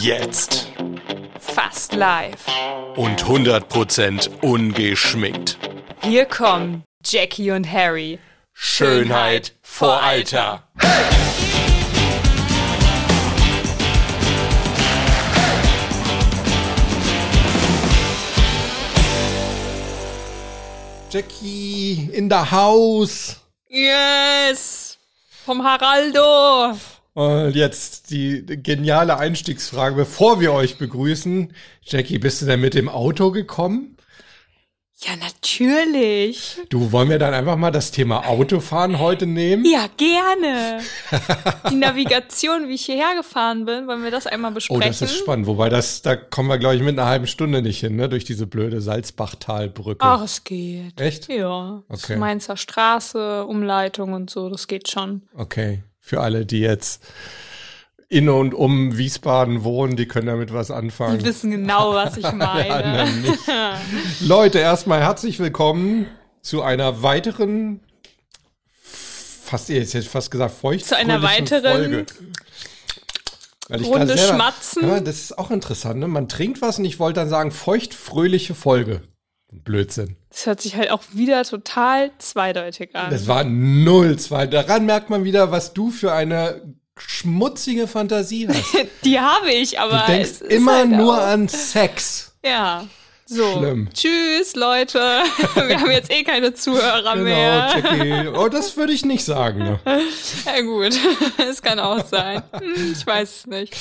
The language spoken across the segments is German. jetzt. Fast live. Und 100% ungeschminkt. Hier kommen Jackie und Harry. Schönheit vor Alter. Jackie in der Haus. Yes! Vom Haraldo! Und jetzt die geniale Einstiegsfrage, bevor wir euch begrüßen. Jackie, bist du denn mit dem Auto gekommen? Ja, natürlich. Du, wollen wir dann einfach mal das Thema Autofahren heute nehmen? Ja, gerne. Die Navigation, wie ich hierher gefahren bin, wollen wir das einmal Oh, besprechen? das ist spannend. Wobei das, da kommen wir, glaube ich, mit einer halben Stunde nicht hin, ne? Durch diese blöde Salzbachtalbrücke. Ach, es geht. Echt? Ja. Das Okay. Mainzer Straße, Umleitung und so, das geht schon. Okay. Für alle, die jetzt in und um Wiesbaden wohnen, die können damit was anfangen. Die wissen genau, was ich meine. anderen nicht. Leute, erstmal herzlich willkommen zu einer weiteren, fast ich hätte jetzt fast gesagt feucht. Zu einer fröhlichen weiteren Folge. Weil ich Runde gerade selber- Schmatzen. Ja, das ist auch interessant. Ne? Man trinkt was und ich wollte dann sagen feuchtfröhliche Folge. Blödsinn. Das hört sich halt auch wieder total zweideutig an. Das war null zwei. Daran merkt man wieder, was du für eine schmutzige Fantasie hast. Die habe ich, aber. Du es denkst ist immer halt nur auch- an Sex. Ja. So. Schlimm. Tschüss, Leute. Wir haben jetzt eh keine Zuhörer Genau, mehr. Jackie. Oh, das würde ich nicht sagen. Ne? Ja, gut. Es kann auch sein. Hm, Ich weiß es nicht.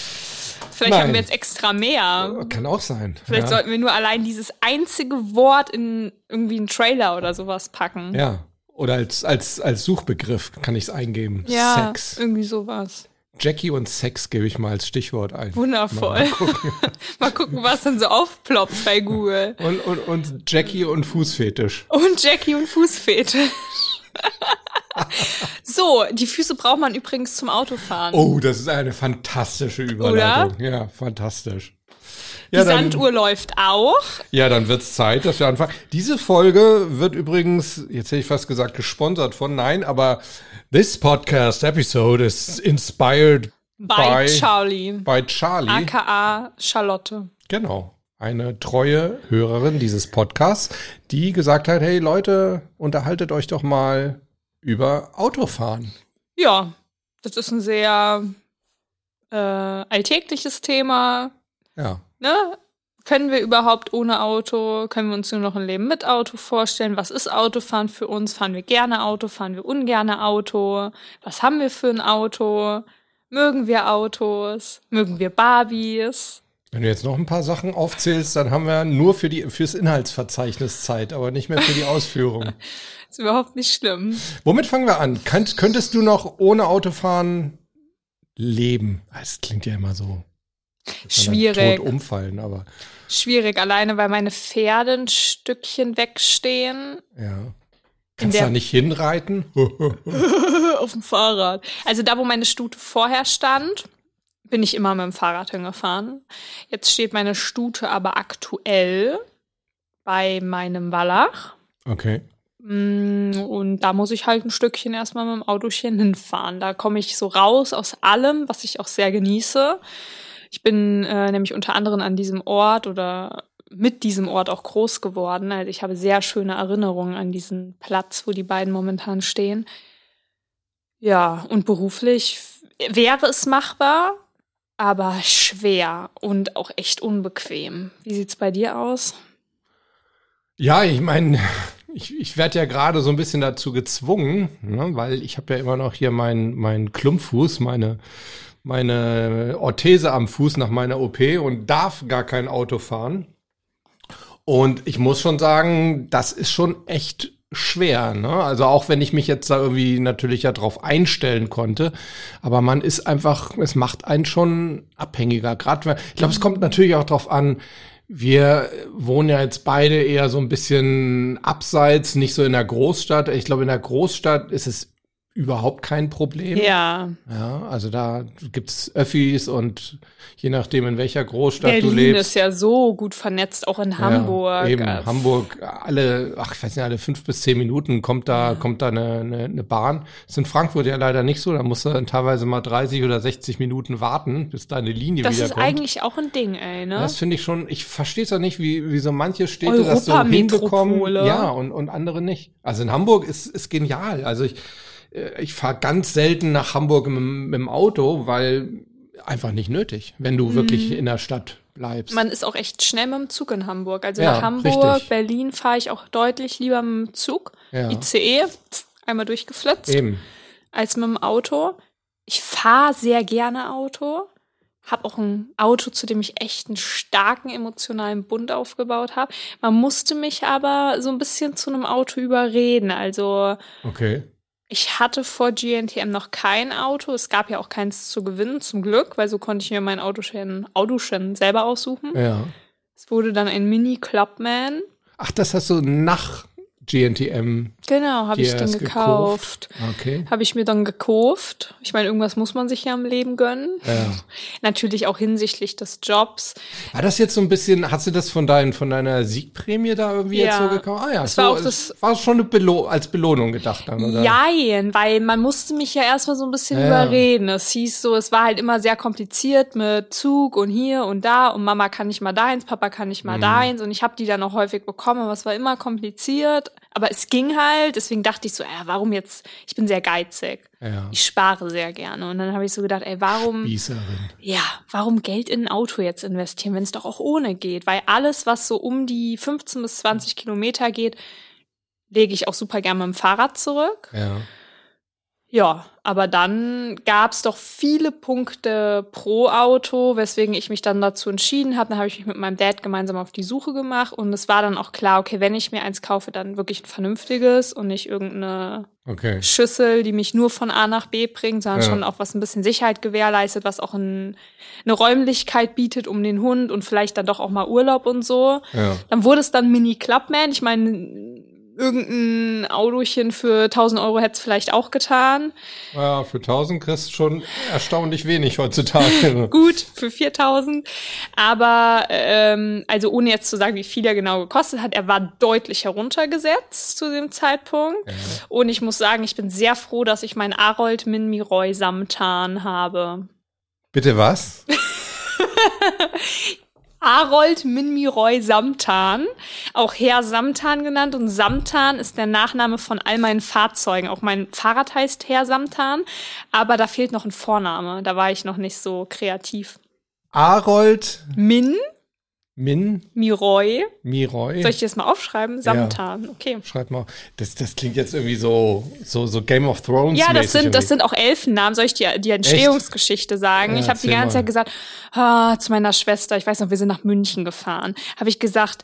Vielleicht Nein. haben wir jetzt extra mehr. Kann auch sein. Vielleicht ja. sollten wir nur allein dieses einzige Wort in irgendwie einen Trailer oder sowas packen. Ja. Oder als, als, als Suchbegriff kann ich es eingeben. Ja, Sex. irgendwie sowas. Jackie und Sex gebe ich mal als Stichwort ein. Wundervoll. Mal gucken, was dann so aufploppt bei Google. Und, und, und Jackie und Fußfetisch. Und Jackie und Fußfete. so, die Füße braucht man übrigens zum Autofahren. Oh, das ist eine fantastische Überleitung. Ja, fantastisch. Ja, die dann, Sanduhr läuft auch. ja, dann wird es Zeit, dass wir anfangen. Diese Folge wird übrigens, jetzt hätte ich fast gesagt, gesponsert von, nein, aber this podcast episode is inspired Bei by, Charlie, by Charlie. aka Charlotte. Genau. Eine treue Hörerin dieses Podcasts, die gesagt hat, hey Leute, unterhaltet euch doch mal über Autofahren. Ja, das ist ein sehr äh, alltägliches Thema. Ja. Ne? Können wir überhaupt ohne Auto? Können wir uns nur noch ein Leben mit Auto vorstellen? Was ist Autofahren für uns? Fahren wir gerne Auto? Fahren wir ungerne Auto? Was haben wir für ein Auto? Mögen wir Autos? Mögen wir Barbies? Wenn du jetzt noch ein paar Sachen aufzählst, dann haben wir nur für die, fürs Inhaltsverzeichnis Zeit, aber nicht mehr für die Ausführung. Ist überhaupt nicht schlimm. Womit fangen wir an? Könnt, könntest du noch ohne Autofahren leben? Ah, Das klingt ja immer so. als wenn dann Schwierig. Tot um. umfallen, aber Schwierig alleine, weil meine Pferde ein Stückchen wegstehen. ja. Kannst der- da nicht hinreiten? Auf dem Fahrrad. Also da, wo meine Stute vorher stand, bin ich immer mit dem Fahrrad hingefahren. Jetzt steht meine Stute aber aktuell bei meinem Wallach. okay. Mm, Und da muss ich halt ein Stückchen erstmal mit dem Autochen hinfahren. Da komme ich so raus aus allem, was ich auch sehr genieße. Ich bin äh, nämlich unter anderem an diesem Ort oder mit diesem Ort auch groß geworden. Also ich habe sehr schöne Erinnerungen an diesen Platz, wo die beiden momentan stehen. Ja, und beruflich f- wäre es machbar, aber schwer und auch echt unbequem. Wie sieht's bei dir aus? Ja, ich meine, ich, ich werde ja gerade so ein bisschen dazu gezwungen, ne, weil ich habe ja immer noch hier meinen meinen Klumpfuß, meine meine Orthese am Fuß nach meiner OP und darf gar kein Auto fahren. Und ich muss schon sagen, das ist schon echt schwer. Ne? Also auch wenn ich mich jetzt da irgendwie natürlich ja drauf einstellen konnte, aber man ist einfach, es macht einen schon abhängiger. Gerade wenn, ich glaube, es kommt natürlich auch drauf an. Wir wohnen ja jetzt beide eher so ein bisschen abseits, nicht so in der Großstadt. Ich glaube, in der Großstadt ist es überhaupt kein Problem. Ja, Ja, also da gibt's Öffis und je nachdem, in welcher Großstadt du Berlin lebst. ist ja so gut vernetzt, auch in Hamburg. Ja, eben, Äh, Hamburg, alle, ach, ich weiß nicht, alle fünf bis zehn Minuten kommt da, kommt da eine, eine, eine Bahn. Ist in Frankfurt ja leider nicht so, da musst du dann teilweise mal 30 oder 60 Minuten warten, bis da eine Linie Das ist wiederkommt. eigentlich auch ein Ding, ey, ne? Das finde ich schon, ich verstehe es ja nicht, wie, wie so manche Städte das so Europametropole. hinbekommen. Ja, und, und andere nicht. Also in Hamburg ist, ist genial. Also ich, äh, ich fahre ganz selten nach Hamburg mit, dem- mit dem Auto, weil einfach nicht nötig, wenn du wirklich in der Stadt bleibst. Mhm. Man ist auch echt schnell mit dem Zug in Hamburg. Also Ja, nach Hamburg, richtig. Berlin fahre ich auch deutlich lieber mit dem Zug. Ja. ICE, pff, einmal durchgeflitzt, Eben. als mit dem Auto. Ich fahre sehr gerne Auto. Habe auch ein Auto, zu dem ich echt einen starken emotionalen Bund aufgebaut habe. Man musste mich aber so ein bisschen zu einem Auto überreden. Also Okay. ich hatte vor GNTM noch kein Auto. Es gab ja auch keins zu gewinnen, zum Glück, weil so konnte ich mir mein Autoschen, Autoschen selber aussuchen. Ja. Es wurde dann ein Mini Clubman. Ach, das hast du nach GNTM. Genau, habe ich dir den erst gekauft. Okay. Habe ich mir dann gekauft. Ich meine, irgendwas muss man sich ja im Leben gönnen. Ja. Natürlich auch hinsichtlich des Jobs. War das jetzt so ein bisschen, hast du das von, dein, von deiner Siegprämie da irgendwie Ja. jetzt so gekauft? Ah ja, Es so, war auch es das- war schon eine Belo als Belohnung gedacht dann, oder? Jein, weil man musste mich ja erstmal so ein bisschen Ja. überreden. Es hieß so, es war halt immer sehr kompliziert mit Zug und hier und da und Mama kann nicht mal deins, Papa kann nicht Mhm. mal deins und ich habe die dann auch häufig bekommen, aber es war immer kompliziert. Aber es ging halt, deswegen dachte ich so, äh, warum jetzt? Ich bin sehr geizig. Ja. Ich spare sehr gerne. Und dann habe ich so gedacht, ey, warum? Spießerin. Ja, warum Geld in ein Auto jetzt investieren, wenn es doch auch ohne geht? Weil alles, was so um die 15 bis 20 Kilometer geht, lege ich auch super gerne mit dem Fahrrad zurück. Ja. Ja, aber dann gab's doch viele Punkte pro Auto, weswegen ich mich dann dazu entschieden habe. Dann habe ich mich mit meinem Dad gemeinsam auf die Suche gemacht und es war dann auch klar, okay, wenn ich mir eins kaufe, dann wirklich ein vernünftiges und nicht irgendeine Okay. Schüssel, die mich nur von A nach B bringt, sondern Ja. schon auch was ein bisschen Sicherheit gewährleistet, was auch ein, eine Räumlichkeit bietet um den Hund und vielleicht dann doch auch mal Urlaub und so. Ja. Dann wurde es dann Mini Clubman. Ich meine, irgendein Autochen für 1000 Euro hätte es vielleicht auch getan. ja, für 1000 kriegst du schon erstaunlich wenig heutzutage. Gut, für 4000. Aber, ähm, also ohne jetzt zu sagen, wie viel er genau gekostet hat, er war deutlich heruntergesetzt zu dem Zeitpunkt. Und ich muss sagen, ich bin sehr froh, dass ich meinen Arold Minmiroy Samtan habe. Bitte was? Arold Minmiroy Samtan, auch Herr Samtan genannt. Und Samtan ist der Nachname von all meinen Fahrzeugen. Auch mein Fahrrad heißt Herr Samtan, aber da fehlt noch ein Vorname. Da war ich noch nicht so kreativ. Arold Min Min Miroy. Miroy. Soll ich dir das mal aufschreiben? Samtan, okay. Schreib mal. Das, das klingt jetzt irgendwie so, so, so Game of Thrones. Ja, das mäßig sind, das irgendwie. sind auch Elfennamen. Soll ich dir die Entstehungsgeschichte sagen? Ja, ich habe die erzähl ganze mal. Zeit gesagt, ah, zu meiner Schwester, ich weiß noch, wir sind nach München gefahren, habe ich gesagt,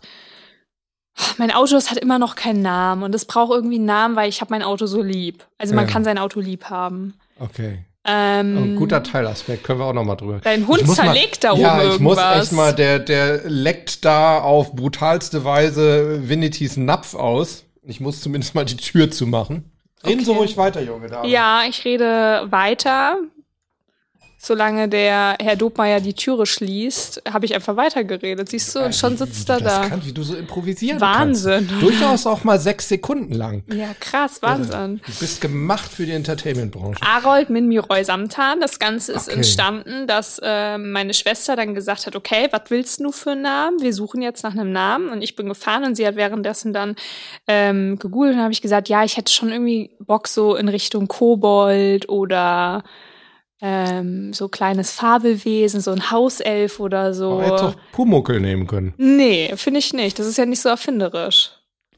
"Ah, mein Auto, das hat immer noch keinen Namen und es braucht irgendwie einen Namen, weil ich habe mein Auto so lieb. Also man Ja. kann sein Auto lieb haben. Okay. Oh, Ein Ähm, guter Teilaspekt, können wir auch nochmal drüber. Dein Hund Ich muss mal- zerlegt da Ja, oben ich muss irgendwas. echt mal, der, der leckt da auf brutalste Weise Winnetys Napf aus. Ich muss zumindest mal die Tür zumachen. Reden Sie ruhig weiter, Junge, da. ja, ich rede weiter. Solange der Herr Dobmeier die Türe schließt, habe ich einfach weitergeredet. Siehst du, und schon sitzt er Das da. kann, wie du so improvisieren Wahnsinn. kannst. Durchaus auch mal sechs Sekunden lang. Ja, krass, Wahnsinn. Du bist gemacht für die Entertainment-Branche. Arold Minmiroy Samtan. Das Ganze ist Okay. entstanden, dass ähm, meine Schwester dann gesagt hat, okay, was willst du für einen Namen? Wir suchen jetzt nach einem Namen. Und ich bin gefahren und sie hat währenddessen dann ähm, gegoogelt und habe ich gesagt, ja, ich hätte schon irgendwie Bock so in Richtung Kobold oder ähm, so kleines Fabelwesen, so ein Hauself oder so. Aber hätte doch Pumuckel nehmen können. Nee, finde ich nicht. Das ist ja nicht so erfinderisch.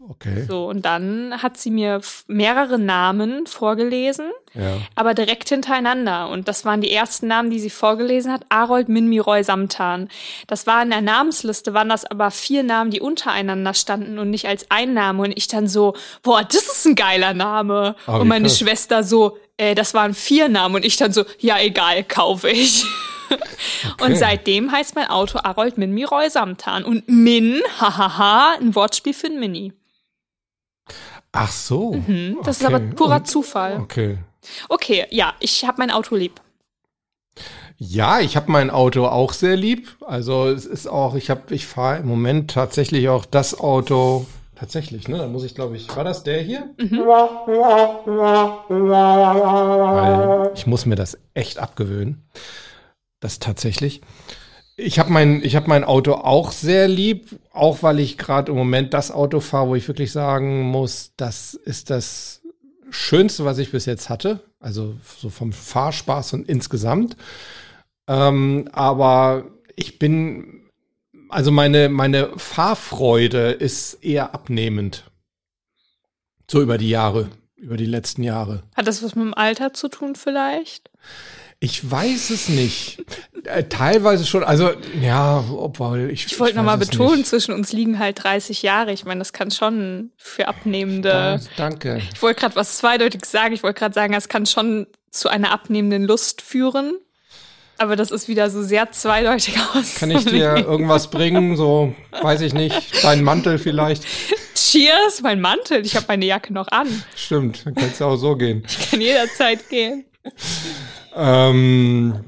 Okay. So, und dann hat sie mir f- mehrere Namen vorgelesen Ja. aber direkt hintereinander. Und das waren die ersten Namen, die sie vorgelesen hat. Arold Minmiroy Samtan. Das war in der Namensliste, waren das aber vier Namen, die untereinander standen und nicht als ein Name. Und ich dann so, boah, das ist ein geiler Name. Ah, wie und meine krass. Schwester so, äh, das waren vier Namen. Und ich dann so, ja, egal, kaufe ich. Okay. Und seitdem heißt mein Auto Arold Minmiroy Samtan. Und Min, hahaha, ein Wortspiel für ein Mini. Ach so. Hm, Das ist Okay. aber purer Und- oh. Zufall. Okay. Okay, ja, ich habe mein Auto lieb. Ja, ich habe mein Auto auch sehr lieb. Also es ist auch, ich habe, ich fahre im Moment tatsächlich auch das Auto. Tatsächlich, ne? Da muss ich, glaube ich, war das der hier? Weil ich muss mir das echt abgewöhnen. Das tatsächlich. Ich habe mein, ich hab mein Auto auch sehr lieb, auch weil ich gerade im Moment das Auto fahre, wo ich wirklich sagen muss, das ist das Schönste, was ich bis jetzt hatte. Also so vom Fahrspaß und insgesamt. Ähm, aber ich bin, also meine, meine Fahrfreude ist eher abnehmend. So über die Jahre, über die letzten Jahre. Hat das was mit dem Alter zu tun vielleicht? Ich weiß es nicht. Äh, Teilweise schon, also ja, obwohl ich. Ich wollte weiß nochmal es betonen, nicht. zwischen uns liegen halt 30 Jahre. Ich meine, das kann schon für Abnehmende. Ah, danke. Ich wollte gerade was Zweideutiges sagen. Ich wollte gerade sagen, das kann schon zu einer abnehmenden Lust führen. Aber das ist wieder so sehr zweideutig aus. Kann ich dir irgendwas bringen? So, weiß ich nicht. Deinen Mantel vielleicht. Cheers, mein Mantel. Ich habe meine Jacke noch an. Stimmt, dann kannst du auch so gehen. Ich kann jederzeit gehen. Ähm,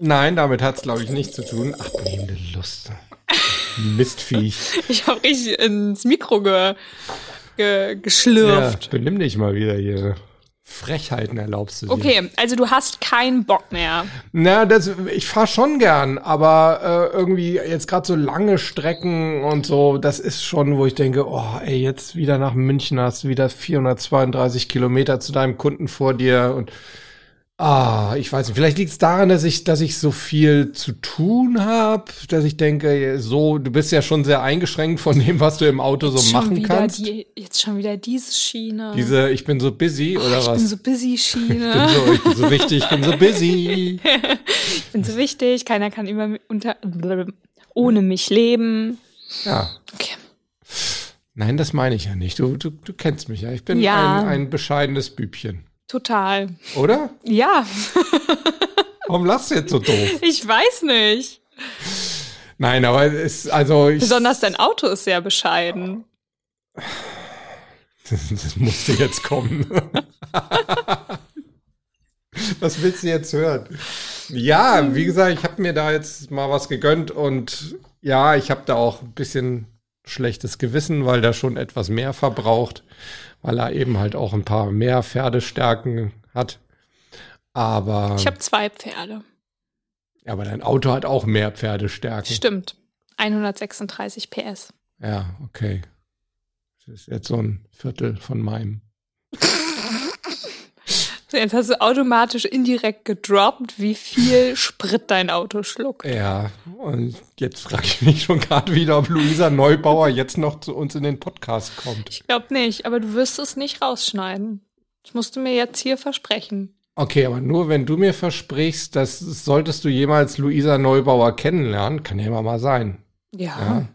nein, damit hat's glaub glaube ich, nichts zu tun. Abnehmende Lust. Mistviech. Ich habe richtig ins Mikro ge, ge, geschlürft. Ja, benimm dich mal wieder hier. Frechheiten erlaubst du dir. Okay, also du hast keinen Bock mehr. Na, das, ich fahre schon gern, aber äh, irgendwie jetzt gerade so lange Strecken und so, das ist schon, wo ich denke, oh, ey, jetzt wieder nach München hast du wieder 432 Kilometer zu deinem Kunden vor dir und ah, ich weiß nicht, vielleicht liegt es daran, dass ich, dass ich so viel zu tun habe, dass ich denke, so, du bist ja schon sehr eingeschränkt von dem, was du im Auto so machen wieder kannst. Die, jetzt schon wieder diese Schiene. Diese, ich bin so busy oder ich was? bin so busy ich, bin Schiene. so, ich bin so wichtig, ich bin so busy. ich bin so wichtig. Keiner kann über unter ohne mich leben. Ja. Okay. Nein, das meine ich ja nicht. Du, du, du kennst mich ja. Ich bin Ja. ein, ein bescheidenes Bübchen. Total. Oder? Ja, Warum lachst du jetzt so doof? ich weiß nicht. Nein, aber es ist, also ich. Besonders dein Auto ist sehr bescheiden. Das musste jetzt kommen. was willst du jetzt hören? Ja, wie gesagt, ich habe mir da jetzt mal was gegönnt und ja, ich habe da auch ein bisschen schlechtes Gewissen, weil da schon etwas mehr verbraucht, weil er eben halt auch ein paar mehr Pferdestärken hat. Aber Ich habe zwei Pferde. Ja, aber dein Auto hat auch mehr Pferdestärken. Stimmt. 136 PS. Ja, okay. Das ist jetzt so ein Viertel von meinem. So, jetzt hast du automatisch indirekt gedroppt, wie viel Sprit dein Auto schluckt. Ja, und jetzt frage ich mich schon gerade wieder, ob Luisa Neubauer jetzt noch zu uns in den Podcast kommt. Ich glaube nicht, aber du wirst es nicht rausschneiden. Das musst du mir jetzt hier versprechen. Okay, aber nur wenn du mir versprichst, dass solltest du jemals Luisa Neubauer kennenlernen, kann ja immer mal sein, Ja. ja,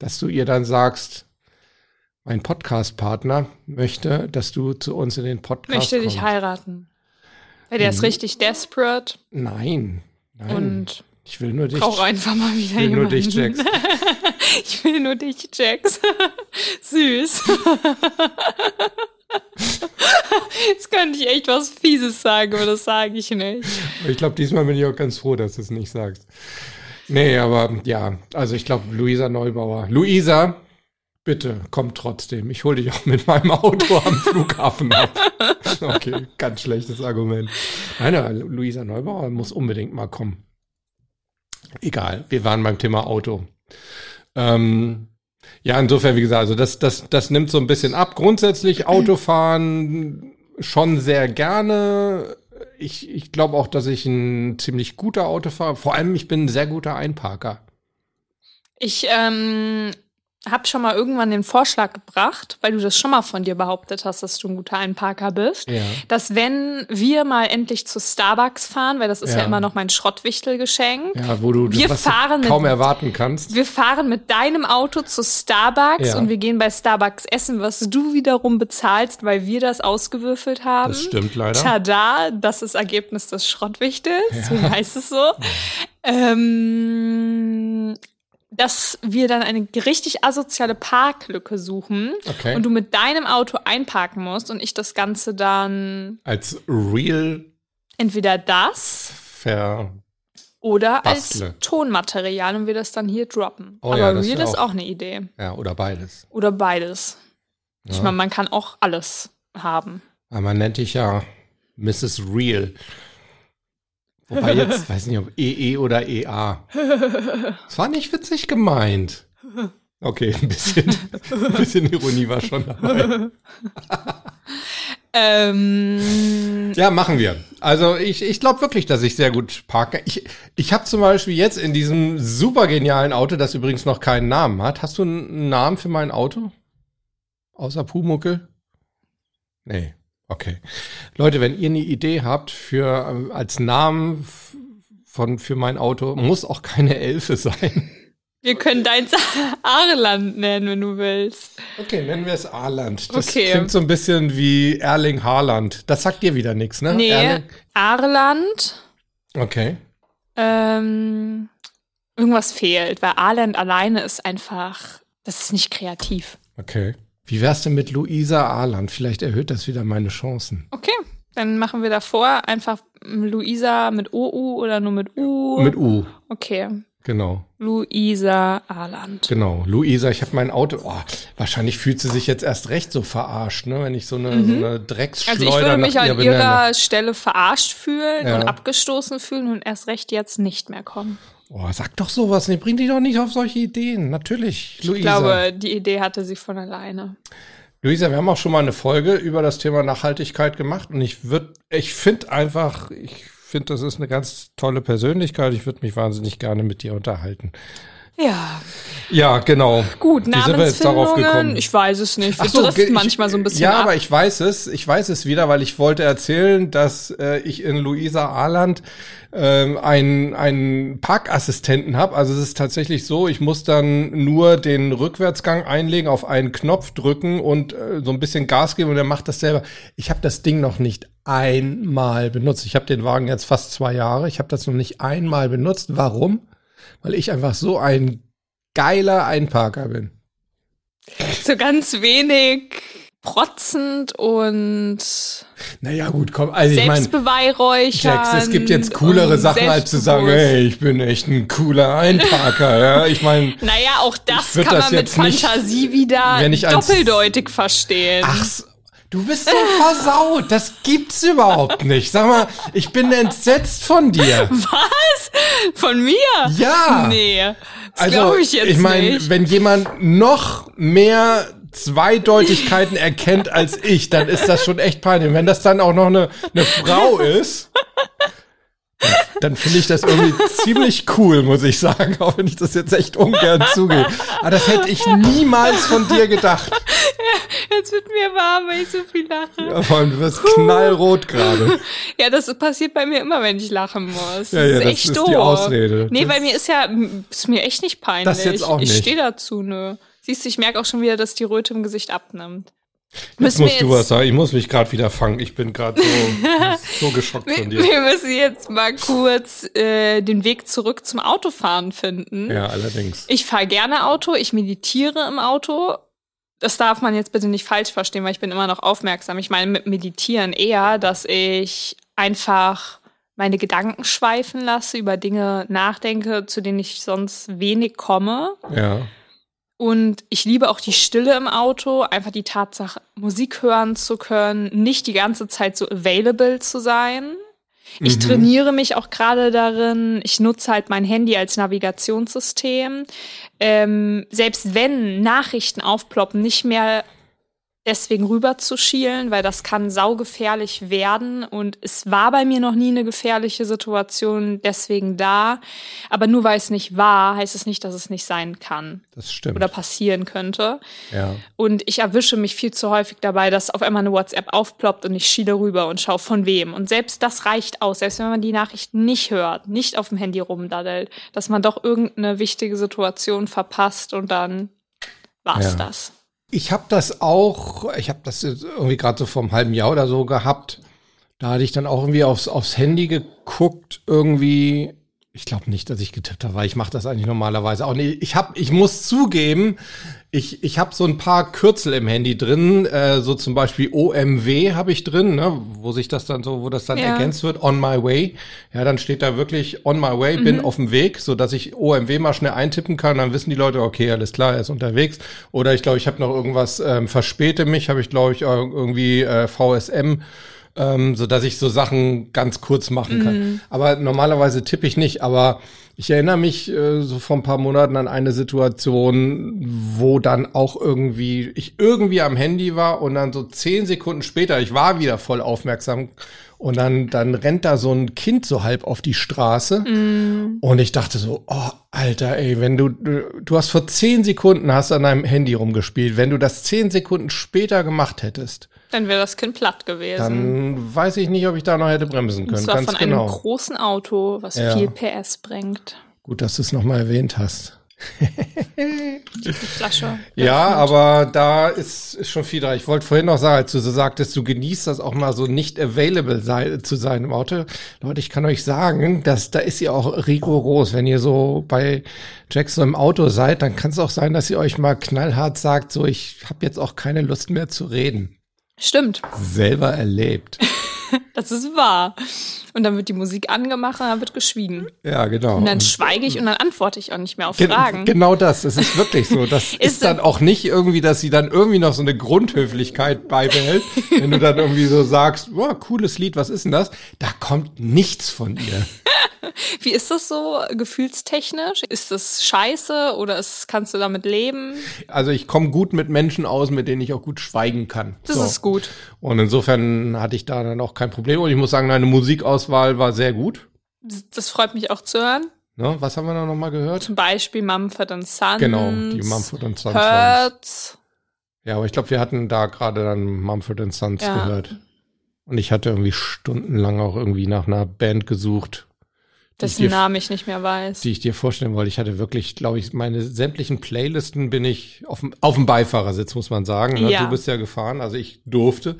dass du ihr dann sagst, mein Podcastpartner möchte, dass du zu uns in den Podcast Möchte dich kommst. heiraten. Weil der ist richtig desperate Nein, Mhm. nein. und ich will nur dich. braucht einfach mal wieder will nur jemanden. dich, Jax. ich will nur dich, Jax. Süß. jetzt könnte ich echt was Fieses sagen, aber das sage ich nicht. Aber Ich glaube, diesmal bin ich auch ganz froh, dass du es nicht sagst. Nee, aber ja, also ich glaube, Luisa Neubauer. Luisa, bitte, komm trotzdem. Ich hole dich auch mit meinem Auto am Flughafen ab. Okay, ganz schlechtes Argument. Nein, aber Luisa Neubauer muss unbedingt mal kommen. Egal, wir waren beim Thema Auto. Ähm, ja, insofern, wie gesagt, also das, das, das nimmt so ein bisschen ab. Grundsätzlich Autofahren schon sehr gerne. Ich, ich glaube auch, dass ich ein ziemlich guter Autofahrer, vor allem ich bin ein sehr guter Einparker. Ich ähm, habe schon mal irgendwann den Vorschlag gebracht, weil du das schon mal von dir behauptet hast, dass du ein guter Einparker bist, Ja. dass wenn wir mal endlich zu Starbucks fahren, weil das ist ja, Ja. immer noch mein Schrottwichtelgeschenk, Ja, wo du Wir was du fahren mit- kaum erwarten kannst. wir fahren mit deinem Auto zu Starbucks Ja. und wir gehen bei Starbucks essen, was du wiederum bezahlst, weil wir das ausgewürfelt haben. stimmt leider. Tada, das ist Ergebnis des Schrottwichtels, so heißt es so. Ähm, dass wir dann eine richtig asoziale Parklücke suchen Okay. und du mit deinem Auto einparken musst und ich das Ganze dann Als real entweder das ver. oder Bastle. als Tonmaterial und wir das dann hier droppen. Oh Aber ja, das real wär ist auch- auch eine Idee. Ja, oder beides. Oder beides. Ich Ja. meine, man kann auch alles haben. Weil man nennt dich ja Mrs. Real. Wobei jetzt, weiß nicht, ob EE oder EA. Das war nicht witzig gemeint. Okay, ein bisschen, ein bisschen Ironie war schon dabei. Ähm, Ja, machen wir. Also ich, ich glaube wirklich, dass ich sehr gut parke. Ich, ich habe zum Beispiel jetzt in diesem super genialen Auto, das übrigens noch keinen Namen hat. Hast du einen Namen für mein Auto? Außer Pumuckel? Nee. Okay. Leute, wenn ihr eine Idee habt für ähm, als Namen f- von für mein Auto, muss auch keine Elfe sein. wir können deins Arland nennen, wenn du willst. Okay, nennen wir es Arland. Das Okay. klingt so ein bisschen wie Erling Haaland. Das sagt dir wieder nichts, ne? Nee, Erling? Arland. Okay. Ähm, irgendwas fehlt, weil Arland alleine ist einfach, das ist nicht kreativ. Okay. Wie wär's denn mit Luisa Ahland? Vielleicht erhöht das wieder meine Chancen. Okay, dann machen wir davor einfach ähm, Luisa mit OU oder nur mit U. Mit U. okay, Genau, Luisa Arland. genau. Luisa, ich habe mein Auto. Oh, wahrscheinlich fühlt sie sich jetzt erst recht so verarscht, ne? Wenn ich so eine, so eine Drecksschleuder Also ich würde mich nach ihr an benenne. ihrer Stelle verarscht fühlen Ja. und abgestoßen fühlen und erst recht jetzt nicht mehr kommen. Oh, sag doch sowas, ne? Bring dich doch nicht auf solche Ideen. Natürlich, Luisa. Ich glaube, die Idee hatte sie von alleine. Luisa, wir haben auch schon mal eine Folge über das Thema Nachhaltigkeit gemacht und ich würde, ich finde einfach, ich finde, das ist eine ganz tolle Persönlichkeit. Ich würde mich wahnsinnig gerne mit dir unterhalten. Ja, Ja, genau. gut, Wie sind wir jetzt darauf Namensfindungen, gekommen? ich weiß es nicht. Wir Ach so, driften ge- ich- manchmal so ein bisschen Ja, ab. aber ich weiß es. Ich weiß es wieder, weil ich wollte erzählen, dass äh, ich in Luisa Ahland ähm, einen, einen Parkassistenten habe. Also es ist tatsächlich so, ich muss dann nur den Rückwärtsgang einlegen, auf einen Knopf drücken und äh, so ein bisschen Gas geben und er macht das selber. Ich habe das Ding noch nicht einmal benutzt. Ich habe den Wagen jetzt fast zwei Jahre. Ich habe das noch nicht einmal benutzt. Warum? Weil ich einfach so ein geiler Einparker bin. so ganz wenig protzend und Naja, gut, komm. Also ich meine, selbstbeweihräuchern. Jax, es gibt jetzt coolere Ähm, und Sachen, als zu sagen, selbstbewusst. hey, ich bin echt ein cooler Einparker. ja, ich meine, Naja, auch das würd kann das man mit jetzt nicht- Fantasie wieder wenn ich eins- doppeldeutig verstehen. ach's. Du bist so versaut, das gibt's überhaupt nicht. Sag mal, ich bin entsetzt von dir. Von mir? Ja. Nee, das Also, glaube ich jetzt ich meine, nicht. wenn jemand noch mehr Zweideutigkeiten erkennt als ich, dann ist das schon echt peinlich. Und Wenn das dann auch noch eine, eine Frau ist, dann finde ich das irgendwie ziemlich cool, muss ich sagen, auch wenn ich das jetzt echt ungern zugebe. Aber das hätte ich niemals von dir gedacht. Jetzt wird mir warm, weil ich so viel lache. Ja, vor allem, du wirst knallrot gerade. Ja, das passiert bei mir immer, wenn ich lachen muss. Ja, ja, ist das echt ist die doof. Ausrede. Nee, Das- bei mir ist ja, m- ist mir echt nicht peinlich. Das jetzt auch Ich nicht. stehe dazu, nö. Siehst du, ich merke auch schon wieder, dass die Röte im Gesicht abnimmt. Jetzt Müssen wir musst du was sagen. Ich muss mich gerade wieder fangen. Ich bin gerade so, so geschockt Wir, von dir. wir müssen jetzt mal kurz äh, den Weg zurück zum Autofahren finden. Ja, allerdings. Ich fahre gerne Auto, ich meditiere im Auto. Das darf man jetzt bitte nicht falsch verstehen, weil ich bin immer noch aufmerksam. Ich meine mit Meditieren eher, dass ich einfach meine Gedanken schweifen lasse, über Dinge nachdenke, zu denen ich sonst wenig komme. Ja. Und ich liebe auch die Stille im Auto, einfach die Tatsache, Musik hören zu können, nicht die ganze Zeit so available zu sein. Ich Mhm. trainiere mich auch gerade darin. Ich nutze halt mein Handy als Navigationssystem. Ähm, selbst wenn Nachrichten aufploppen, nicht mehr deswegen rüber zu schielen, weil das kann saugefährlich werden. Und es war bei mir noch nie eine gefährliche Situation deswegen da. Aber nur weil es nicht war, heißt es nicht, dass es nicht sein kann Das stimmt. oder passieren könnte. ja. Und ich erwische mich viel zu häufig dabei, dass auf einmal eine WhatsApp aufploppt und ich schiele rüber und schaue von wem. Und selbst das reicht aus, selbst wenn man die Nachrichten nicht hört, nicht auf dem Handy rumdaddelt, dass man doch irgendeine wichtige Situation verpasst und dann war's Ja. das. Ich habe das auch, ich habe das jetzt irgendwie gerade so vor einem halben Jahr oder so gehabt. Da hatte ich dann auch irgendwie aufs, aufs Handy geguckt, irgendwie. Ich glaube nicht, dass ich getippt habe, weil ich mache das eigentlich normalerweise auch nicht. Ich hab, ich muss zugeben, ich, ich habe so ein paar Kürzel im Handy drin, äh, so zum Beispiel OMW habe ich drin, ne, wo sich das dann so, wo das dann Ja. ergänzt wird, on my way. Ja, dann steht da wirklich on my way, bin auf dem Weg, so dass ich OMW mal schnell eintippen kann, dann wissen die Leute, okay, alles klar, er ist unterwegs. Oder ich glaube, ich habe noch irgendwas, ähm, verspäte mich, habe ich glaube ich ir- irgendwie äh, VSM ähm, so dass ich so Sachen ganz kurz machen kann. Aber normalerweise tippe ich nicht. Aber ich erinnere mich äh, so vor ein paar Monaten an eine Situation, wo dann auch irgendwie ich irgendwie am Handy war und dann so zehn Sekunden später, ich war wieder voll aufmerksam und dann dann rennt da so ein Kind so halb auf die Straße und ich dachte so, oh Alter, ey, wenn du du hast vor zehn Sekunden hast an deinem Handy rumgespielt, wenn du das zehn Sekunden später gemacht hättest. Dann wäre das Kind platt gewesen. Dann weiß ich nicht, ob ich da noch hätte bremsen und können. zwar Ganz von genau. einem großen Auto, was Ja. viel PS bringt. Gut, dass du es nochmal erwähnt hast. Die Flasche. Ja, aber da ist, ist schon viel da. Ich wollte vorhin noch sagen, als du so sagtest, du genießt das auch mal so nicht available sei, zu sein im Auto. Leute, ich kann euch sagen, dass da ist ihr auch rigoros. Wenn ihr so bei Jack so im Auto seid, dann kann es auch sein, dass ihr euch mal knallhart sagt, so ich habe jetzt auch keine Lust mehr zu reden. Stimmt, Selber erlebt. das ist wahr. Und dann wird die Musik angemacht und dann wird geschwiegen. Ja, genau. Und dann schweige ich und dann antworte ich auch nicht mehr auf Gen- Fragen. Genau das. Es ist wirklich so. Das ist, Ist- dann auch nicht irgendwie, dass sie dann irgendwie noch so eine Grundhöflichkeit beibehält, wenn du dann irgendwie so sagst, boah, cooles Lied, was ist denn das? Da kommt nichts von ihr. Wie ist das so äh, gefühlstechnisch? Ist das scheiße oder ist, kannst du damit leben? Also ich komme gut mit Menschen aus, mit denen ich auch gut schweigen kann. Das So. ist gut. Und insofern hatte ich da dann auch kein Problem. Und ich muss sagen, deine Musikauswahl war sehr gut. Das- Das freut mich auch zu hören. Ne? Was haben wir da nochmal gehört? Zum Beispiel Mumford and Sons. Genau, die Mumford and Sons. Songs. Hurts. Ja, aber ich glaube, wir hatten da gerade dann Mumford and Sons Ja. gehört. Und ich hatte irgendwie stundenlang auch irgendwie nach einer Band gesucht, die ich, Dessen dir, Namen ich nicht mehr weiß. die ich dir vorstellen wollte. Ich hatte wirklich, glaube ich, meine sämtlichen Playlisten bin ich auf dem, auf dem Beifahrersitz, muss man sagen. Ne? Ja. Du bist ja gefahren, also ich durfte.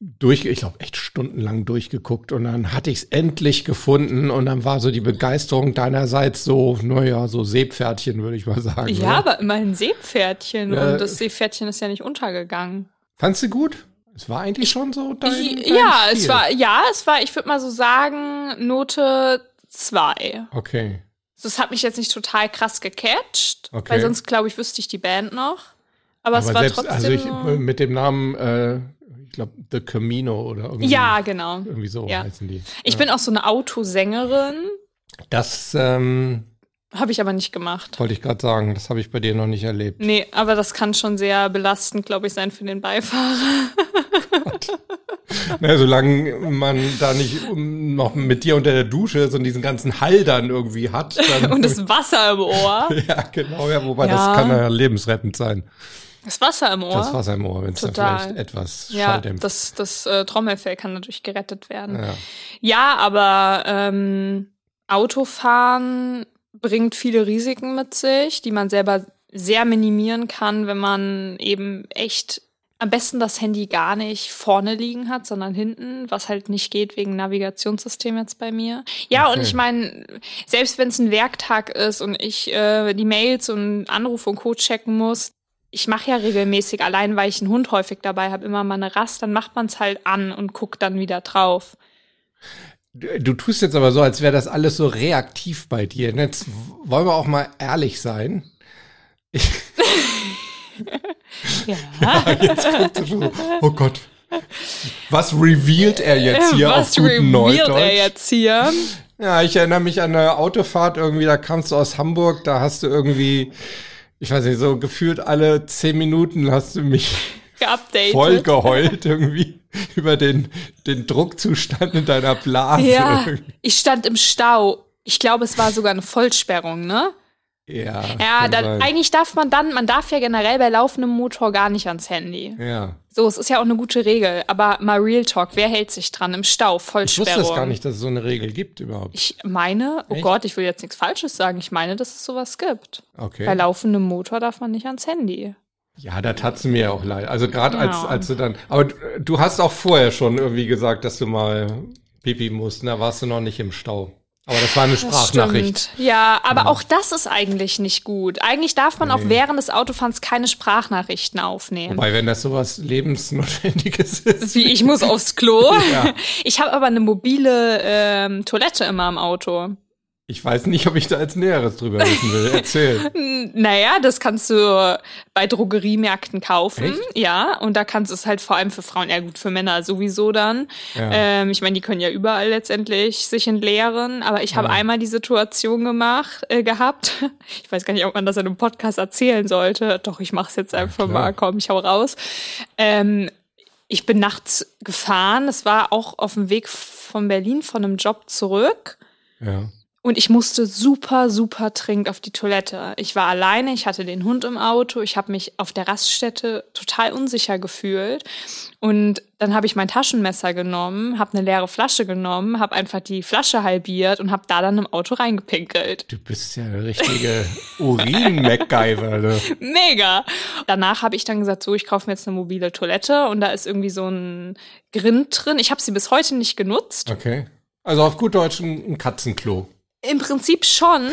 Durch, ich glaube, echt stundenlang durchgeguckt und dann hatte ich es endlich gefunden und dann war so die Begeisterung deinerseits so, naja, so Seepferdchen, würde ich mal sagen. ja, ne? aber immerhin Seepferdchen. Ja. Und das Seepferdchen ist ja nicht untergegangen. Fandst du gut? Es war eigentlich schon so dein, dein ja, es Stil. war, ja, es war, ich würde mal so sagen, Note 2. Okay. Das hat mich jetzt nicht total krass gecatcht, Okay. weil sonst, glaube ich, wüsste ich die Band noch. Aber, es war trotzdem. also ich, so- mit dem Namen, äh, ich glaube, The Camino oder irgendwie, ja, genau. irgendwie so Ja. heißen die. Ich bin auch so eine Autosängerin, Das ähm, habe ich aber nicht gemacht. wollte ich gerade sagen, das habe ich bei dir noch nicht erlebt. Nee, aber das kann schon sehr belastend, glaube ich, sein für den Beifahrer. naja, solange man da nicht um, noch mit dir unter der Dusche so diesen ganzen Hall dann irgendwie hat. Dann, Und das Wasser im Ohr. ja, genau, ja, wobei Ja. das kann ja lebensrettend sein. Das Wasser im Ohr. Das Wasser im Ohr, wenn es dann Total. vielleicht etwas ja, schalldämpft. das, das äh, Trommelfell kann natürlich gerettet werden. ja. Ja, aber ähm, Autofahren bringt viele Risiken mit sich, die man selber sehr minimieren kann, wenn man eben echt am besten das Handy gar nicht vorne liegen hat, sondern hinten, was halt nicht geht wegen Navigationssystem jetzt bei mir. Ja, und Okay. ich meine, selbst wenn es ein Werktag ist und ich äh, die Mails und Anrufe und Co. checken muss, ich mache ja regelmäßig, allein weil ich einen Hund häufig dabei habe, immer mal eine Rast, dann macht man es halt an und guckt dann wieder drauf. Du du tust jetzt aber so, als wäre das alles so reaktiv bei dir. Und Jetzt w- wollen wir auch mal ehrlich sein. Ja. Jetzt guckt er schon so, oh Gott. Was revealed er jetzt hier Äh, Was auf guten revealed Neudeutsch? er jetzt hier? Ja, ich erinnere mich an eine Autofahrt irgendwie, da kamst du aus Hamburg, da hast du irgendwie, ich weiß nicht, so gefühlt alle zehn Minuten hast du mich Geupdatet. voll geheult irgendwie über den, den Druckzustand in deiner Blase. ja, ich stand im Stau. Ich glaube, es war sogar eine Vollsperrung, ne? ja, Ja, kann dann, sein. eigentlich darf man dann, man darf ja generell bei laufendem Motor gar nicht ans Handy. ja. So, es ist ja auch eine gute Regel, aber mal Real Talk, wer hält sich dran? Im Stau, Ich Vollsperrung. wusste es gar nicht, dass es so eine Regel gibt überhaupt. Ich meine, oh Echt? Gott, ich will jetzt nichts Falsches sagen, ich meine, dass es sowas gibt. Okay. Bei laufendem Motor darf man nicht ans Handy. Ja, da tat's mir ja auch leid. Also gerade als, Ja. als du dann. Aber du, du hast auch vorher schon irgendwie gesagt, dass du mal pipi musst. Da warst du ne? noch nicht im Stau. Aber das war eine Das Sprachnachricht. Genau. stimmt. Ja, aber auch das ist eigentlich nicht gut. Eigentlich darf man auch während des Autofahrens keine Sprachnachrichten aufnehmen. Wobei, wenn das sowas Lebensnotwendiges ist. Wie ich muss aufs Klo. Ja. Ich habe aber eine mobile ähm, Toilette immer im Auto. Ich weiß nicht, ob ich da als Näheres drüber wissen will. Erzähl. N- Naja, das kannst du bei Drogeriemärkten kaufen. Ja, und da kannst du es halt vor allem für Frauen, ja gut, für Männer sowieso dann. Ja. Ähm, ich meine, die können ja überall letztendlich sich entleeren, aber ich habe Ja. einmal die Situation gemacht, äh, gehabt. Ich weiß gar nicht, ob man das in einem Podcast erzählen sollte. Doch, ich mache es jetzt einfach klar. mal. Komm, ich hau raus. Ähm, ich bin nachts gefahren. Es war auch auf dem Weg von Berlin von einem Job zurück. Ja. Und ich musste super, super dringend auf die Toilette. Ich war alleine, ich hatte den Hund im Auto, ich habe mich auf der Raststätte total unsicher gefühlt. Und dann habe ich mein Taschenmesser genommen, habe eine leere Flasche genommen, habe einfach die Flasche halbiert und habe da dann im Auto reingepinkelt. Du bist ja eine richtige Urin-MacGyver. ne? du. Mega! Danach habe ich dann gesagt, so, ich kaufe mir jetzt eine mobile Toilette und da ist irgendwie so ein Grind drin. Ich habe sie bis heute nicht genutzt. Okay. Also auf gut Deutsch ein ein Katzenklo. Im Prinzip schon,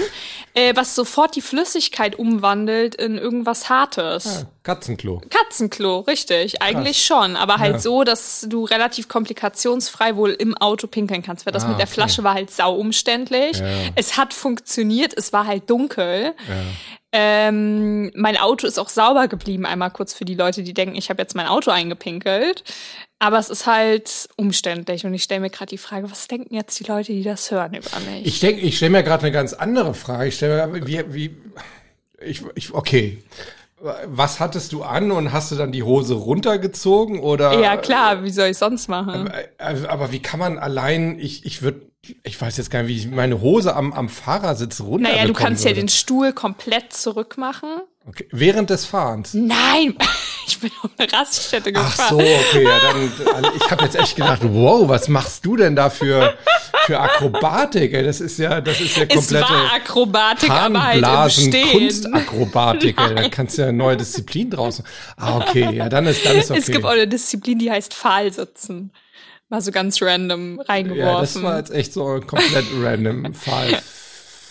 äh, was sofort die Flüssigkeit umwandelt in irgendwas Hartes. Ja, Katzenklo. Katzenklo, richtig. Eigentlich schon, aber halt so, dass du relativ komplikationsfrei wohl im Auto pinkeln kannst. Weil das Ah, mit der okay. Flasche war halt sau umständlich. Ja. Es hat funktioniert, es war halt dunkel. Ja. Ähm, mein Auto ist auch sauber geblieben, einmal kurz für die Leute, die denken, ich habe jetzt mein Auto eingepinkelt. Aber es ist halt umständlich und ich stelle mir gerade die Frage, was denken jetzt die Leute, die das hören über mich? Ich denke, ich stelle mir gerade eine ganz andere Frage. Ich stelle mir, wie, wie, ich, ich, okay. Was hattest du an und hast du dann die Hose runtergezogen oder? ja klar, wie soll ich sonst machen? äh, Aber, aber wie kann man allein, ich, ich würde, ich weiß jetzt gar nicht, wie ich meine Hose am, am Fahrersitz runter. Naja, du kannst ja den Stuhl komplett zurückmachen. Okay. Während des Fahrens. Hm? Nein, ich bin auf eine Raststätte Ach so, gefahren. okay, ja, dann, ich habe jetzt echt gedacht, wow, was machst du denn da für, für Akrobatik? Ey, das ist ja, das ist ja es komplette war Akrobatik, aber halt im Harnblasen, Stehen. Kunstakrobatik, ey, da kannst du ja eine neue Disziplin draus. Ah, okay, ja, dann ist, dann ist okay. Es gibt auch eine Disziplin, die heißt Pfahlsitzen. Mal so ganz random ja, das reingeworfen. war jetzt echt so ein komplett random Fall.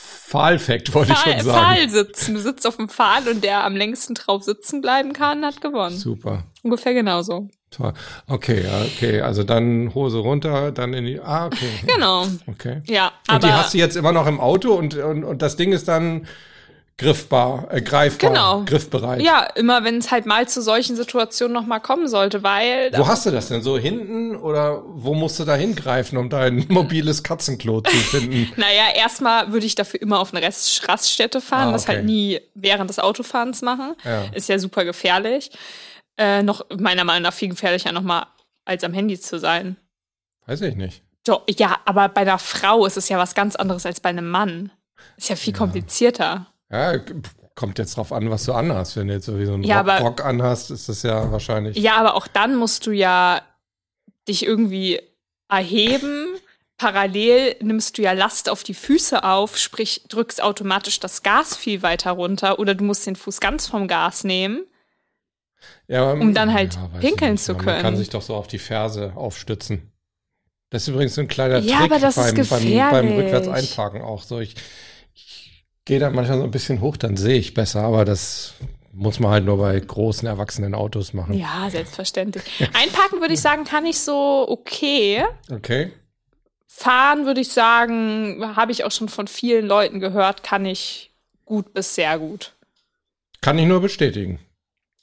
Fact, wollte ich schon Pfahl, sagen. Pfahlsitzen. Du sitzt auf dem Pfahl und der am längsten drauf sitzen bleiben kann, hat gewonnen. Super. Ungefähr genauso. Toll. Okay, ja, okay, also dann Hose runter, dann in die. Ah, okay. Genau. Okay. Ja, Und aber die hast du halt. jetzt immer noch im Auto und, und, und das Ding ist dann griffbar, äh, greifbar, Genau. griffbereit. ja, immer wenn es halt mal zu solchen Situationen nochmal kommen sollte, weil Wo hast du das denn? So hinten oder wo musst du da hingreifen, um dein mobiles Katzenklo zu finden? Naja, erstmal würde ich dafür immer auf eine Rest Raststätte fahren, Ah, was okay. halt nie während des Autofahrens machen. Ja. Ist ja super gefährlich. Äh, noch meiner Meinung nach viel gefährlicher nochmal als am Handy zu sein. Weiß ich nicht. Doch, ja, aber bei einer Frau ist es ja was ganz anderes als bei einem Mann. Ist ja viel komplizierter. Ja, k- kommt jetzt drauf an, was du anhast. Wenn du jetzt sowieso einen Ja, Rock, aber- Rock anhast, ist das ja wahrscheinlich. Ja, aber auch dann musst du ja dich irgendwie erheben. Parallel nimmst du ja Last auf die Füße auf, sprich drückst automatisch das Gas viel weiter runter oder du musst den Fuß ganz vom Gas nehmen. Ja, aber- um dann halt weiß pinkeln ich nicht. zu Man können. kann sich doch so auf die Ferse aufstützen. Das ist übrigens so ein kleiner Ja, Trick aber das ist beim, beim, beim gefährlich. rückwärts einparken auch. So, ich, ich gehe da manchmal so ein bisschen hoch, dann sehe ich besser, aber das muss man halt nur bei großen erwachsenen Autos machen. Ja, selbstverständlich. Einparken würde ich sagen, kann ich so okay. Okay. Fahren würde ich sagen, habe ich auch schon von vielen Leuten gehört, kann ich gut bis sehr gut. Kann ich nur bestätigen.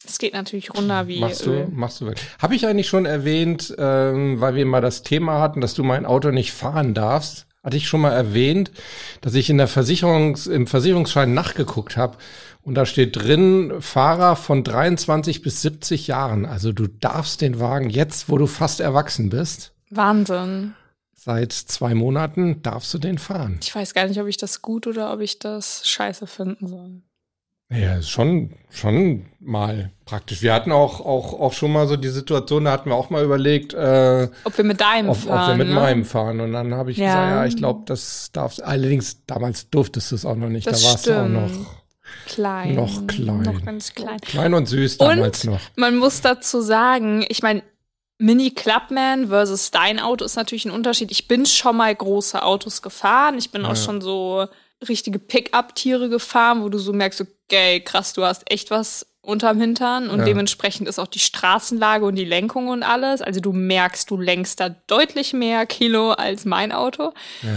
Es geht natürlich runter wie äh, Machst du, Öl. machst du wirklich. Habe ich eigentlich schon erwähnt, ähm, weil wir mal das Thema hatten, dass du mein Auto nicht fahren darfst? Hatte ich schon mal erwähnt, dass ich in der Versicherungs-, im Versicherungsschein nachgeguckt habe und da steht drin, Fahrer von 23 bis 70 Jahren. Also du darfst den Wagen jetzt, wo du fast erwachsen bist, Wahnsinn. seit zwei Monaten darfst du den fahren. Ich weiß gar nicht, ob ich das gut oder ob ich das scheiße finden soll. Ja, ist schon, schon mal praktisch. Wir hatten auch, auch, auch schon mal so die Situation, da hatten wir auch mal überlegt, äh, Ob wir mit deinem ob, fahren. ob wir mit ne? meinem fahren. Und dann habe ich Ja. gesagt, ja, ich glaube, das darfst Allerdings, damals durftest du es auch noch nicht. Das da warst du auch stimmt. noch Klein. noch klein. Noch ganz klein. klein und süß damals Und noch. man muss dazu sagen, ich meine, Mini Clubman versus dein Auto ist natürlich ein Unterschied. Ich bin schon mal große Autos gefahren. Ich bin Ja, auch ja. schon so richtige Pickup-Tiere gefahren, wo du so merkst, okay, krass, du hast echt was unterm Hintern und Ja. dementsprechend ist auch die Straßenlage und die Lenkung und alles. Also du merkst, du lenkst da deutlich mehr Kilo als mein Auto. Ja.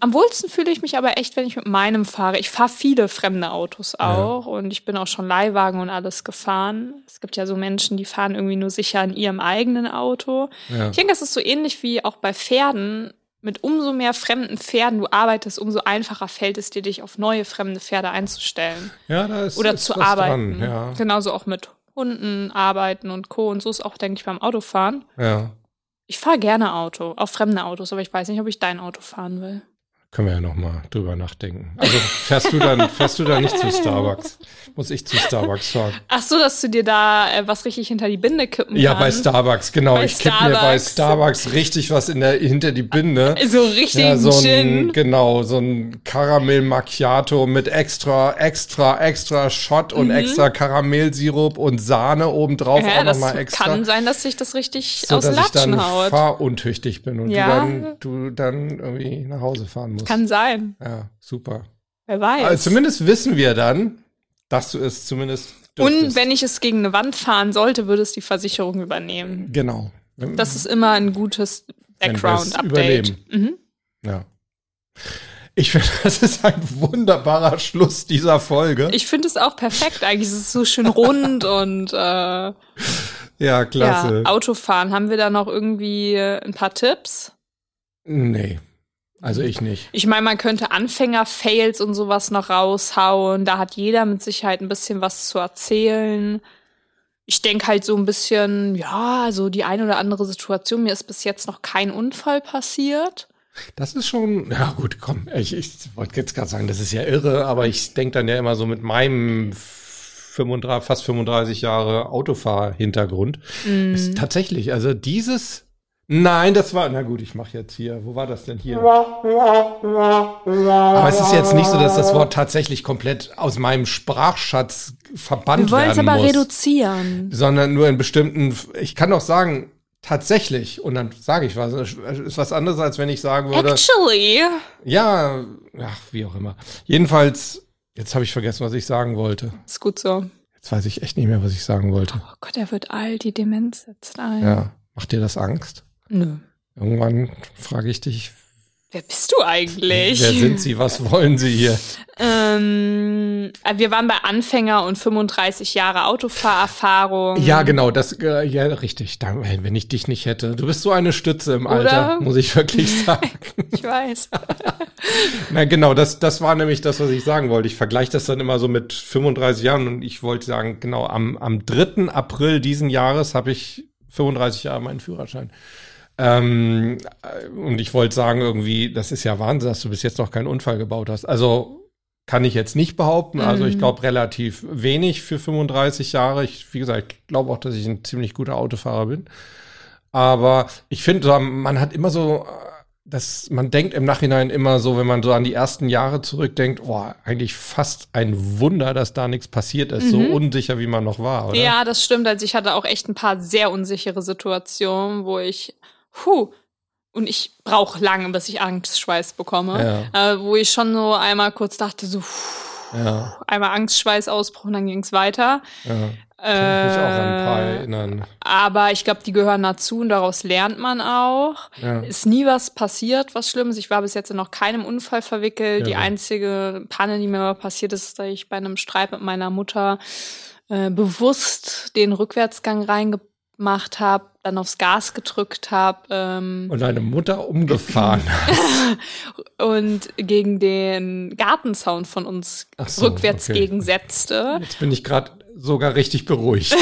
Am wohlsten fühle ich mich aber echt, wenn ich mit meinem fahre. Ich fahre viele fremde Autos Ja. auch und ich bin auch schon Leihwagen und alles gefahren. Es gibt ja so Menschen, die fahren irgendwie nur sicher in ihrem eigenen Auto. Ja. Ich denke, das ist so ähnlich wie auch bei Pferden. Mit umso mehr fremden Pferden du arbeitest, umso einfacher fällt es dir, dich auf neue fremde Pferde einzustellen ja, da ist, oder ist zu was arbeiten. Dran. Ja. Genauso auch mit Hunden arbeiten und Co. Und so ist auch, denke ich, beim Autofahren. ja, Ich fahre gerne Auto, auch fremde Autos, aber ich weiß nicht, ob ich dein Auto fahren will. können wir ja noch mal drüber nachdenken. Also fährst du dann fährst du dann nicht zu Starbucks? Muss ich zu Starbucks fahren? Ach so, dass du dir da äh, was richtig hinter die Binde kippen Ja, bei kannst. Starbucks, genau. Bei ich kipp mir bei Starbucks. Starbucks richtig was in der, hinter die Binde. So richtig Ja, so ein, Gin. genau, so ein Karamell Macchiato mit extra, extra, extra Shot Mhm. und extra Karamellsirup und Sahne obendrauf Ja, auch das nochmal extra. kann sein, dass sich das richtig so aus den dass ich dann Latschen haut. fahruntüchtig bin und Ja. du, dann, du dann irgendwie nach Hause fahren musst. Kann sein. ja, super. Wer weiß. Also zumindest wissen wir dann, dass du es zumindest Und dürftest. wenn ich es gegen eine Wand fahren sollte, würde es die Versicherung übernehmen. Genau. Wenn- Das ist immer ein gutes Wenn wir es Background-Update. Mhm. Ja. Ich finde, das ist ein wunderbarer Schluss dieser Folge. Ich finde es auch perfekt eigentlich. Es ist so schön rund und äh, ja, ja, klasse. Autofahren. Haben wir da noch irgendwie äh, ein paar Tipps? nee. Also ich nicht. Ich meine, man könnte Anfänger-Fails und sowas noch raushauen. Da hat jeder mit Sicherheit ein bisschen was zu erzählen. Ich denke halt so ein bisschen, ja, so die ein oder andere Situation. Mir ist bis jetzt noch kein Unfall passiert. Das ist schon, ja gut, komm. Ich, ich wollte jetzt gerade sagen, das ist ja irre, aber ich denke dann ja immer so mit meinem 35, fast 35 Jahre Autofahr-Hintergrund. Ist tatsächlich, also dieses, nein, das war, na gut, ich mache jetzt hier, wo war das denn hier? Aber es ist jetzt nicht so, dass das Wort tatsächlich komplett aus meinem Sprachschatz verbannt Wir wollen werden es aber muss. reduzieren. sondern nur in bestimmten. Ich kann doch sagen, tatsächlich, und dann sage ich was, ist was anderes, als wenn ich sagen würde, Actually, ja, ach, wie auch immer. Jedenfalls, jetzt habe ich vergessen, was ich sagen wollte. ist gut so. Jetzt weiß ich echt nicht mehr, was ich sagen wollte. Oh Gott, er wird alt, die Demenz setzt ein. Ja, macht dir das Angst? Nö. Irgendwann frage ich dich, Wer bist du eigentlich? wer sind sie, was wollen sie hier? Ähm, wir waren bei Anfänger und 35 Jahre Autofahrerfahrung. Ja, genau, das, äh, ja, richtig. Danke, ey, wenn ich dich nicht hätte. Du bist so eine Stütze im Alter, Oder? muss ich wirklich sagen. Ich weiß. Na genau, das, das war nämlich das, was ich sagen wollte. Ich vergleiche das dann immer so mit 35 Jahren und ich wollte sagen, genau, am, am 3. April diesen Jahres habe ich 35 Jahre meinen Führerschein. Ähm, äh, und ich wollte sagen, irgendwie, das ist ja Wahnsinn, dass du bis jetzt noch keinen Unfall gebaut hast. Also kann ich jetzt nicht behaupten. Also ich glaube relativ wenig für 35 Jahre. Ich, wie gesagt, ich glaube auch, dass ich ein ziemlich guter Autofahrer bin. Aber ich finde, so, man hat immer so, äh, das, man denkt im Nachhinein immer so, wenn man so an die ersten Jahre zurückdenkt, boah, eigentlich fast ein Wunder, dass da nichts passiert ist, so unsicher wie man noch war, oder? Mhm. Ja, das stimmt. Also ich hatte auch echt ein paar sehr unsichere Situationen, wo ich, puh, und ich brauche lange, bis ich Angstschweiß bekomme, äh, wo ich schon so einmal kurz dachte, so puh, Ja, einmal Angstschweißausbruch und dann ging es weiter. ja. Äh, Kann ich mich auch an ein paar erinnern. aber ich glaube, die gehören dazu und daraus lernt man auch. Ja. Ist nie was passiert, was Schlimmes. Ich war bis jetzt in noch keinem Unfall verwickelt. Ja. Die einzige Panne, die mir mal passiert ist, ist, dass ich bei einem Streit mit meiner Mutter äh, bewusst den Rückwärtsgang reingemacht habe, dann aufs Gas gedrückt habe ähm, Und deine Mutter umgefahren. und, gegen den Gartenzaun von uns Ach so, rückwärts okay. gegensetzte. Jetzt bin ich gerade sogar richtig beruhigt.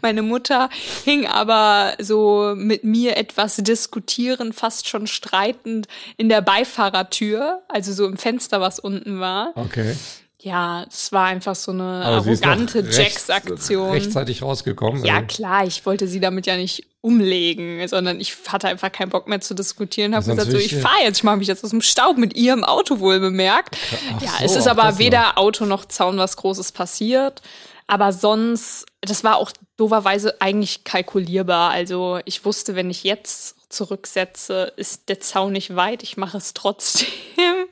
Meine Mutter hing aber so mit mir etwas diskutierend, fast schon streitend in der Beifahrertür, also so im Fenster, was unten war. Okay. Ja, es war einfach so eine Aber sie ist noch arrogante rechts- Jacks-Aktion. Rechtzeitig rausgekommen. Ja, also. klar, ich wollte sie damit ja nicht umlegen, sondern ich hatte einfach keinen Bock mehr zu diskutieren, habe Sonst gesagt, so, würde ich ich- fahre jetzt, ich mache mich jetzt aus dem Staub mit ihrem Auto wohl bemerkt. Ach ja, so, es ist auch aber das weder Auto noch Zaun was Großes passiert. Aber sonst, das war auch doverweise eigentlich kalkulierbar. Also ich wusste, wenn ich jetzt zurücksetze, ist der Zaun nicht weit. Ich mache es trotzdem.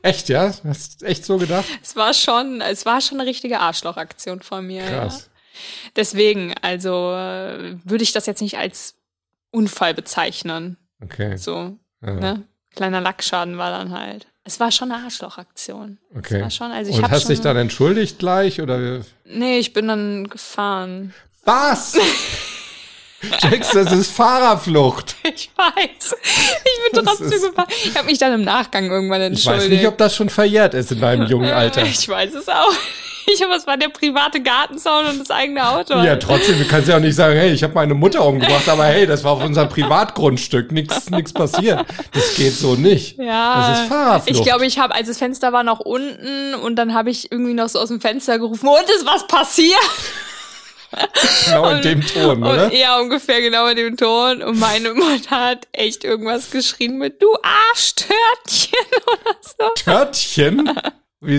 Echt, ja? Hast du echt so gedacht? Es war schon, es war schon eine richtige Arschlochaktion von mir. Krass. Ja. Deswegen, also äh, würde ich das jetzt nicht als Unfall bezeichnen. Okay. So, ja. ne? Kleiner Lackschaden war dann halt. Es war schon eine Arschlochaktion. Okay. Es war schon, also ich Und hab hast schon, dich dann entschuldigt gleich oder Nee, ich bin dann gefahren. was? Jax, das ist Fahrerflucht. Ich weiß. Ich bin Das trotzdem ist- gefahren. Ich habe mich dann im Nachgang irgendwann Ich entschuldigt. weiß nicht, ob das schon verjährt ist in deinem jungen Äh, Alter. Ich weiß es auch. Ich aber es war der private Gartenzaun und das eigene Auto. Ja, trotzdem, du kannst ja auch nicht sagen, hey, ich habe meine Mutter umgebracht, aber hey, das war auf unserem Privatgrundstück, nichts nix passiert. Das geht so nicht. Ja. Das ist Fahrerflucht. Ich glaube, ich habe, als das Fenster war noch unten und dann habe ich irgendwie noch so aus dem Fenster gerufen, und ist was passiert? genau in dem Ton, oder? Und, ja, ungefähr genau in dem Ton. Und meine Mutter hat echt irgendwas geschrien mit, du Arschtörtchen oder so. Törtchen? Wie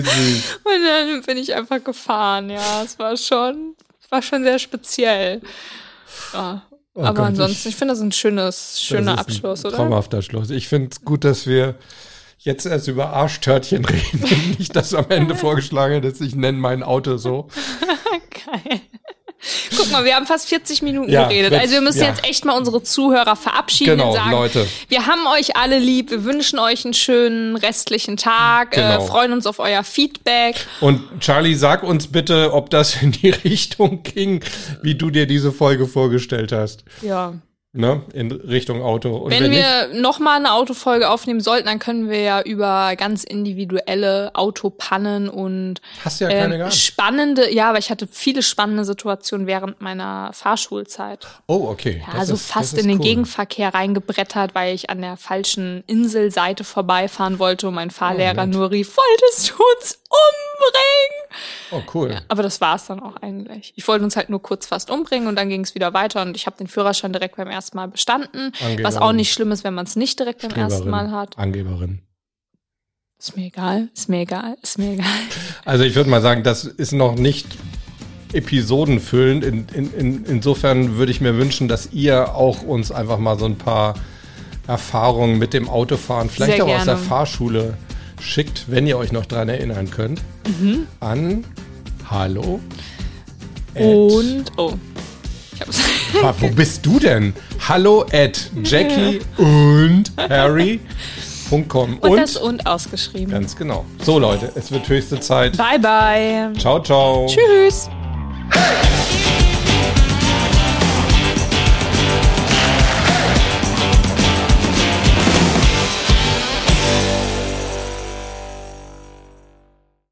süß. Und dann bin ich einfach gefahren, ja. Es war schon, war schon sehr speziell. Ja. Oh Aber Gott, ansonsten, ich finde das ist ein schönes, schöner Das ist ein Abschluss, oder? Traumhafter Schluss. Ich finde es gut, dass wir jetzt erst über Arschtörtchen reden und nicht das am Ende vorgeschlagen hat, dass ich nenne mein Auto so. Geil. Guck mal, wir haben fast 40 Minuten Ja, geredet. jetzt- Also wir müssen ja. jetzt echt mal unsere Zuhörer verabschieden Genau, und sagen, Leute. wir haben euch alle lieb, wir wünschen euch einen schönen restlichen Tag, äh, Genau. freuen uns auf euer Feedback. Und Charlie, sag uns bitte, ob das in die Richtung ging, wie du dir diese Folge vorgestellt hast. Ja. Ne? In Richtung Auto. Und Wenn, wenn nicht, wir nochmal eine Autofolge aufnehmen sollten, dann können wir ja über ganz individuelle Autopannen und hast du ja keine ähm, gehabt. spannende, ja, aber ich hatte viele spannende Situationen während meiner Fahrschulzeit. Oh, okay. Ja, Das also ist- das fast ist in den cool. Gegenverkehr reingebrettert, weil ich an der falschen Inselseite vorbeifahren wollte und mein Oh, Fahrlehrer Mensch. nur rief, wolltest du uns umbringen? Oh, cool. Aber das war es dann auch eigentlich. Ich wollte uns halt nur kurz fast umbringen und dann ging es wieder weiter und ich habe den Führerschein direkt beim ersten Mal bestanden. Angeberin. Was auch nicht schlimm ist, wenn man es nicht direkt beim ersten Mal Streberin, hat. Angeberin. Ist mir egal, ist mir egal, ist mir egal. Also ich würde mal sagen, das ist noch nicht episodenfüllend. In, in, in, insofern würde ich mir wünschen, dass ihr auch uns einfach mal so ein paar Erfahrungen mit dem Autofahren, vielleicht Sehr auch aus der gerne. Fahrschule schickt, wenn ihr euch noch dran erinnern könnt, Mhm. an hallo. at- Und, oh. Ich hab's. Ah, Wo bist du denn? Hallo at Jackie und Harry.com. Und, das und ausgeschrieben. ganz genau. So Leute, es wird höchste Zeit. Bye, bye. Ciao, ciao. Tschüss.